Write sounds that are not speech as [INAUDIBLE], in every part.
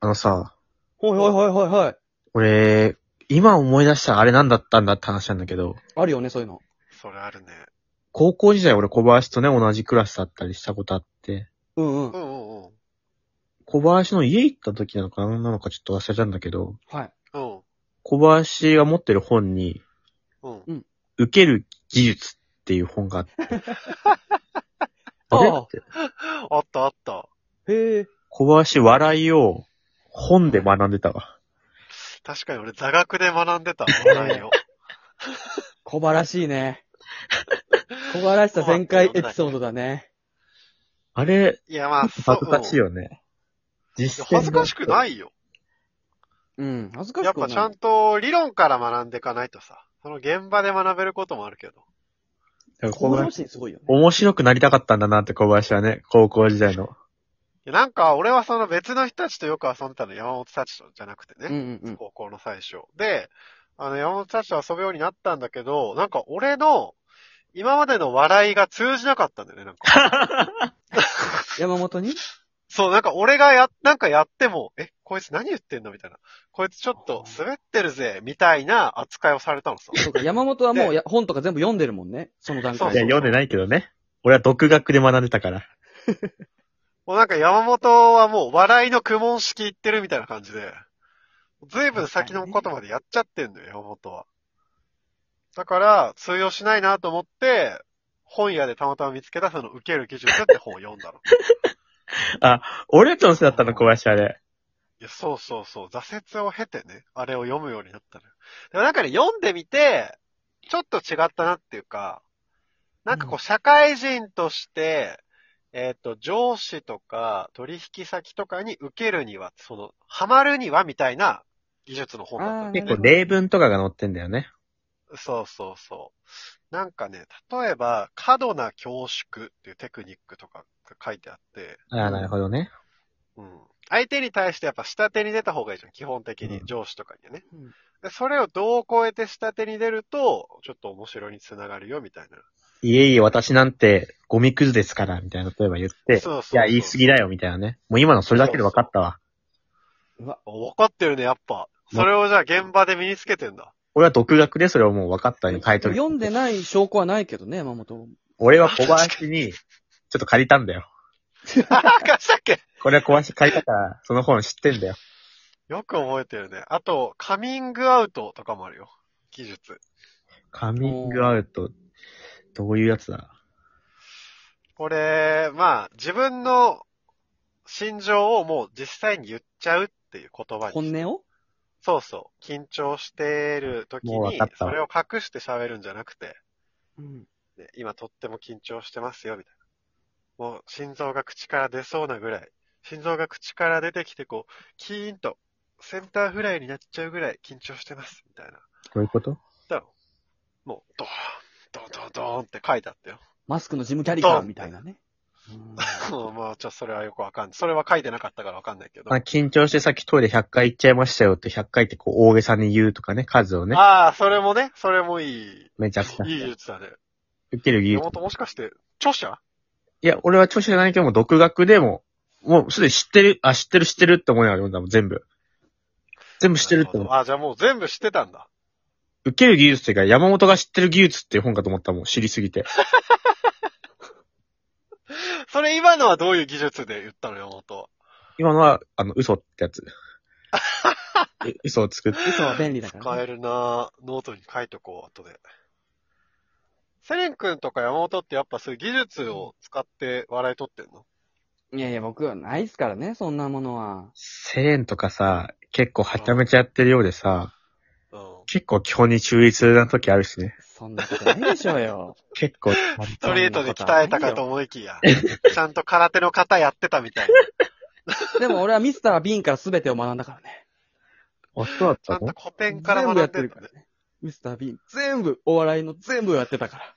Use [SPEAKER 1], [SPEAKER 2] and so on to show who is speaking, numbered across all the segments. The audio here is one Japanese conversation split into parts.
[SPEAKER 1] あのさ、
[SPEAKER 2] はいはいはいはいはい。
[SPEAKER 1] 俺、今思い出したらあれ何だったんだって話なんだけど、
[SPEAKER 2] あるよね、そういうの。
[SPEAKER 3] それあるね。
[SPEAKER 1] 高校時代俺小林とね、同じクラスだったりしたことあって、
[SPEAKER 2] うんうん
[SPEAKER 3] う。んうんうん。
[SPEAKER 1] 小林の家行った時なのか何なのかちょっと忘れたんだけど、
[SPEAKER 2] はい。
[SPEAKER 3] うん。
[SPEAKER 1] 小林が持ってる本に、
[SPEAKER 3] うん。
[SPEAKER 1] 受ける技術っていう本
[SPEAKER 3] [LAUGHS]
[SPEAKER 1] があって。あれ
[SPEAKER 2] ああ
[SPEAKER 1] って
[SPEAKER 3] あったあった。
[SPEAKER 2] へえ。
[SPEAKER 1] 小林笑いを本で学んでたわ。
[SPEAKER 3] 確かに俺座学で学んでた。笑いを。
[SPEAKER 2] 小腹しいね。 [LAUGHS] 小腹しさ全開エピソードだね。
[SPEAKER 1] あれ、
[SPEAKER 3] いやまあ、そう。
[SPEAKER 1] 恥ずかしい
[SPEAKER 3] よ。
[SPEAKER 1] よね。実践
[SPEAKER 3] 恥ずかしくないいよ。
[SPEAKER 2] うん。恥ずかし
[SPEAKER 3] やっ
[SPEAKER 2] くはな
[SPEAKER 3] ぱ
[SPEAKER 2] い。
[SPEAKER 3] ちゃんと理論から学んでいかないとさ。その現場で学べることもあるけど。
[SPEAKER 2] 小腹しすごいよね。
[SPEAKER 1] 面白くなりたかったんだなって小林はね、高校時代の。
[SPEAKER 3] いやなんか俺はその別の人たちとよく遊んでたの。山本たちとじゃなくて
[SPEAKER 2] うんう
[SPEAKER 3] ね。
[SPEAKER 2] んうん。
[SPEAKER 3] 高校の最初。で、あの山本たちと遊ぶようになったんだけど、なんか俺の今までの笑いが通じなかったんだよね、なんか。
[SPEAKER 2] 山本に
[SPEAKER 3] そう、なんか俺がや、なんかやっても、え、こいつ何言ってんのみたいな。こいつちょっと滑ってるぜ、みたいな扱いをされた
[SPEAKER 2] [LAUGHS]
[SPEAKER 3] のさ。
[SPEAKER 2] そうか、山本はもうや本とか全部読んでるもんね。その段
[SPEAKER 3] そう
[SPEAKER 1] いや、
[SPEAKER 2] 階で。
[SPEAKER 1] 読んでないけどね。俺は独学で学んでたから。
[SPEAKER 3] もうなんか山本はもう笑いの苦問式言ってるみたいな感じで、ずいぶん先のことまでやっちゃってんのよ、山本は。だから、通用しないなと思って、本屋でたまたま見つけたその受ける技術って本を読んだの。
[SPEAKER 1] 俺たちのせいだったの、小林あれ。
[SPEAKER 3] いや、そうそうそう。挫折を経てね、あれを読むようになったのよ。でもなんかね、読んでみて、ちょっと違ったなっていうか、なんかこう、社会人として、えっ、と、上司とか、取引先とかに受けるには、その、ハマるにはみたいな技術の本だったの
[SPEAKER 2] あー
[SPEAKER 1] 結構例文とかが載ってんだよね。
[SPEAKER 3] そうそうそう。なんかね、例えば、過度な恐縮っていうテクニックとかが書いてあって、
[SPEAKER 1] ああ、なるほどね。
[SPEAKER 3] うん。相手に対してやっぱ下手に出た方がいいじゃん、基本的に。
[SPEAKER 1] うん
[SPEAKER 3] 上司とかにはね。
[SPEAKER 2] うん
[SPEAKER 3] で、それをどう超えて下手に出ると、ちょっと面白につながるよ、みたいな。
[SPEAKER 1] いえいえ、私なんて、ゴミクズですから、みたいな、例えば言って。
[SPEAKER 3] そうそうそう
[SPEAKER 1] いや、言い過ぎだよ、みたいなね。もう今のそれだけで分かったわ。
[SPEAKER 2] うわ、
[SPEAKER 3] 分かってるね、やっぱ。それをじゃあ現場で身につけて
[SPEAKER 1] [LAUGHS]
[SPEAKER 3] んだ。
[SPEAKER 1] 俺は独学でそれをもう分かったように書いとる。
[SPEAKER 2] 読んでない証拠はないけどね、山本。
[SPEAKER 1] 俺は小林に、ちょっと借りたんだよ。
[SPEAKER 3] 貸したっけ
[SPEAKER 1] これは小林借りたから、その本知ってんだよ。
[SPEAKER 3] よく覚えてるね。あと、カミングアウトとかもあるよ。技術。
[SPEAKER 1] カミングアウト、どういうやつだ
[SPEAKER 3] これ、まあ、自分の心情をもう実際に言っちゃうっていう言葉にして
[SPEAKER 2] 本音を
[SPEAKER 3] そうそう。緊張してる時
[SPEAKER 1] もう分
[SPEAKER 3] に
[SPEAKER 1] かっ、た
[SPEAKER 3] そ
[SPEAKER 1] わ
[SPEAKER 3] れを隠して喋るんじゃなくて、
[SPEAKER 2] うん。
[SPEAKER 3] ね今とっても緊張してますよ、みたいな。もう心臓が口から出そうなぐらい、心臓が口から出てきて、こう、キーンと、センターフライになっちゃうぐらい緊張してます、みたいな。
[SPEAKER 1] どういうこと
[SPEAKER 3] だからもう、ドーン、ドンドンドーンって書いてあったよ。
[SPEAKER 2] マスクのジムキャリカーみたいなね。うん
[SPEAKER 3] もう、まあ、ちょっとそれはよくわかんない。それは書いてなかったからわかんないけど。
[SPEAKER 1] まあ、緊張してさっきトイレ100回行っちゃいましたよって100回ってこう大げさに言うとかね、数をね、
[SPEAKER 3] ああ、それもね、それもいい、
[SPEAKER 1] めちゃくちゃ。
[SPEAKER 3] いい技術だね。
[SPEAKER 1] 受ける技
[SPEAKER 3] 山
[SPEAKER 1] 術。
[SPEAKER 3] 本もしかして、著者
[SPEAKER 1] いや、俺は著者じゃないけども、独学でも、もうすでに知ってる、あ、知ってる知ってるって思いながら読んだもん、全部。全部知ってるって思う。
[SPEAKER 3] ああ、じゃあもう全部知ってたんだ。
[SPEAKER 1] 受ける技術っていうか、山本が知ってる技術っていう本かと思ったもん、知りすぎて。
[SPEAKER 3] それ今のはどういう技術で言ったのよ、元は。
[SPEAKER 1] 今のは、あの、嘘って
[SPEAKER 3] [LAUGHS]
[SPEAKER 1] やつ。え嘘を作って。
[SPEAKER 2] 嘘は便利だから
[SPEAKER 3] 使
[SPEAKER 2] ね。
[SPEAKER 3] えるなぁノートに書いとこう、後で。セレン君とか山本ってやっぱそういう技術を使って笑い取ってんの
[SPEAKER 2] いやいや、僕はないっすからね、そんなものは。
[SPEAKER 1] セレンとかさ、結構はちゃめちゃやってるようでさ、
[SPEAKER 3] うん。
[SPEAKER 1] 結構基本に中立な時あるしね。
[SPEAKER 2] そんなことないでしょうよ。
[SPEAKER 1] 結
[SPEAKER 3] [LAUGHS]
[SPEAKER 1] 構、
[SPEAKER 3] ストレートで鍛えたかと思いきや、ちゃんと空手の型やってたみた
[SPEAKER 2] [LAUGHS]
[SPEAKER 3] いな。
[SPEAKER 2] でも俺はミスター・ビーンから全てを学んだからね。
[SPEAKER 1] あ、そうだっ
[SPEAKER 3] ちゃ
[SPEAKER 1] た
[SPEAKER 3] んと
[SPEAKER 1] の
[SPEAKER 3] 古典から
[SPEAKER 2] 全
[SPEAKER 3] 学ん
[SPEAKER 2] 部や
[SPEAKER 3] で
[SPEAKER 2] ってる
[SPEAKER 3] た
[SPEAKER 2] か
[SPEAKER 3] ね
[SPEAKER 2] ら。ね。ミスター・ビーン。全部、お笑いの全部やってたから。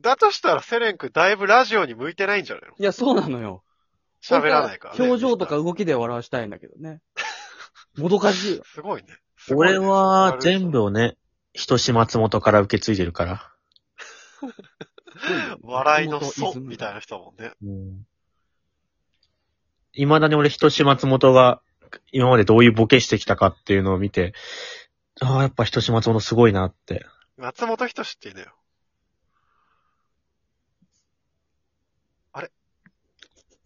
[SPEAKER 3] だとしたらセレン君だいぶラジオに向いてないんじゃないの
[SPEAKER 2] いや、そうなのよ。
[SPEAKER 3] 喋らないから、ね。
[SPEAKER 2] 表情とか。動きで笑わしたいんだけど [LAUGHS] ね。もどかしいよ。
[SPEAKER 3] すごいね。すごいね
[SPEAKER 1] 俺は全部
[SPEAKER 3] 笑
[SPEAKER 1] をね、人志松本から受け継いでるから。
[SPEAKER 3] 笑いの素みたいな人だもんね。
[SPEAKER 1] うん。未だに俺人志松本が今までどういうボケしてきたかっていうのを見て、ああ、やっぱ人志松本すごいなって。
[SPEAKER 3] 松本人志っていいのよ。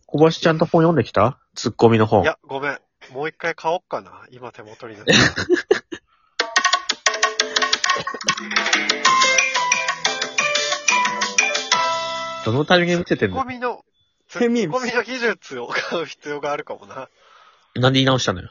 [SPEAKER 1] 小林ちゃんと本読んできたツッコミの本。
[SPEAKER 3] いや、ごめん。もう一回買おっかな。今手元になって。
[SPEAKER 1] どのタイミングで見せて
[SPEAKER 3] ツ
[SPEAKER 1] ん
[SPEAKER 3] ッ
[SPEAKER 1] の
[SPEAKER 3] コミの、ツ
[SPEAKER 2] セミ
[SPEAKER 3] ッコミの技術を買う必要があるかもな。
[SPEAKER 1] なんで言い直したのよ。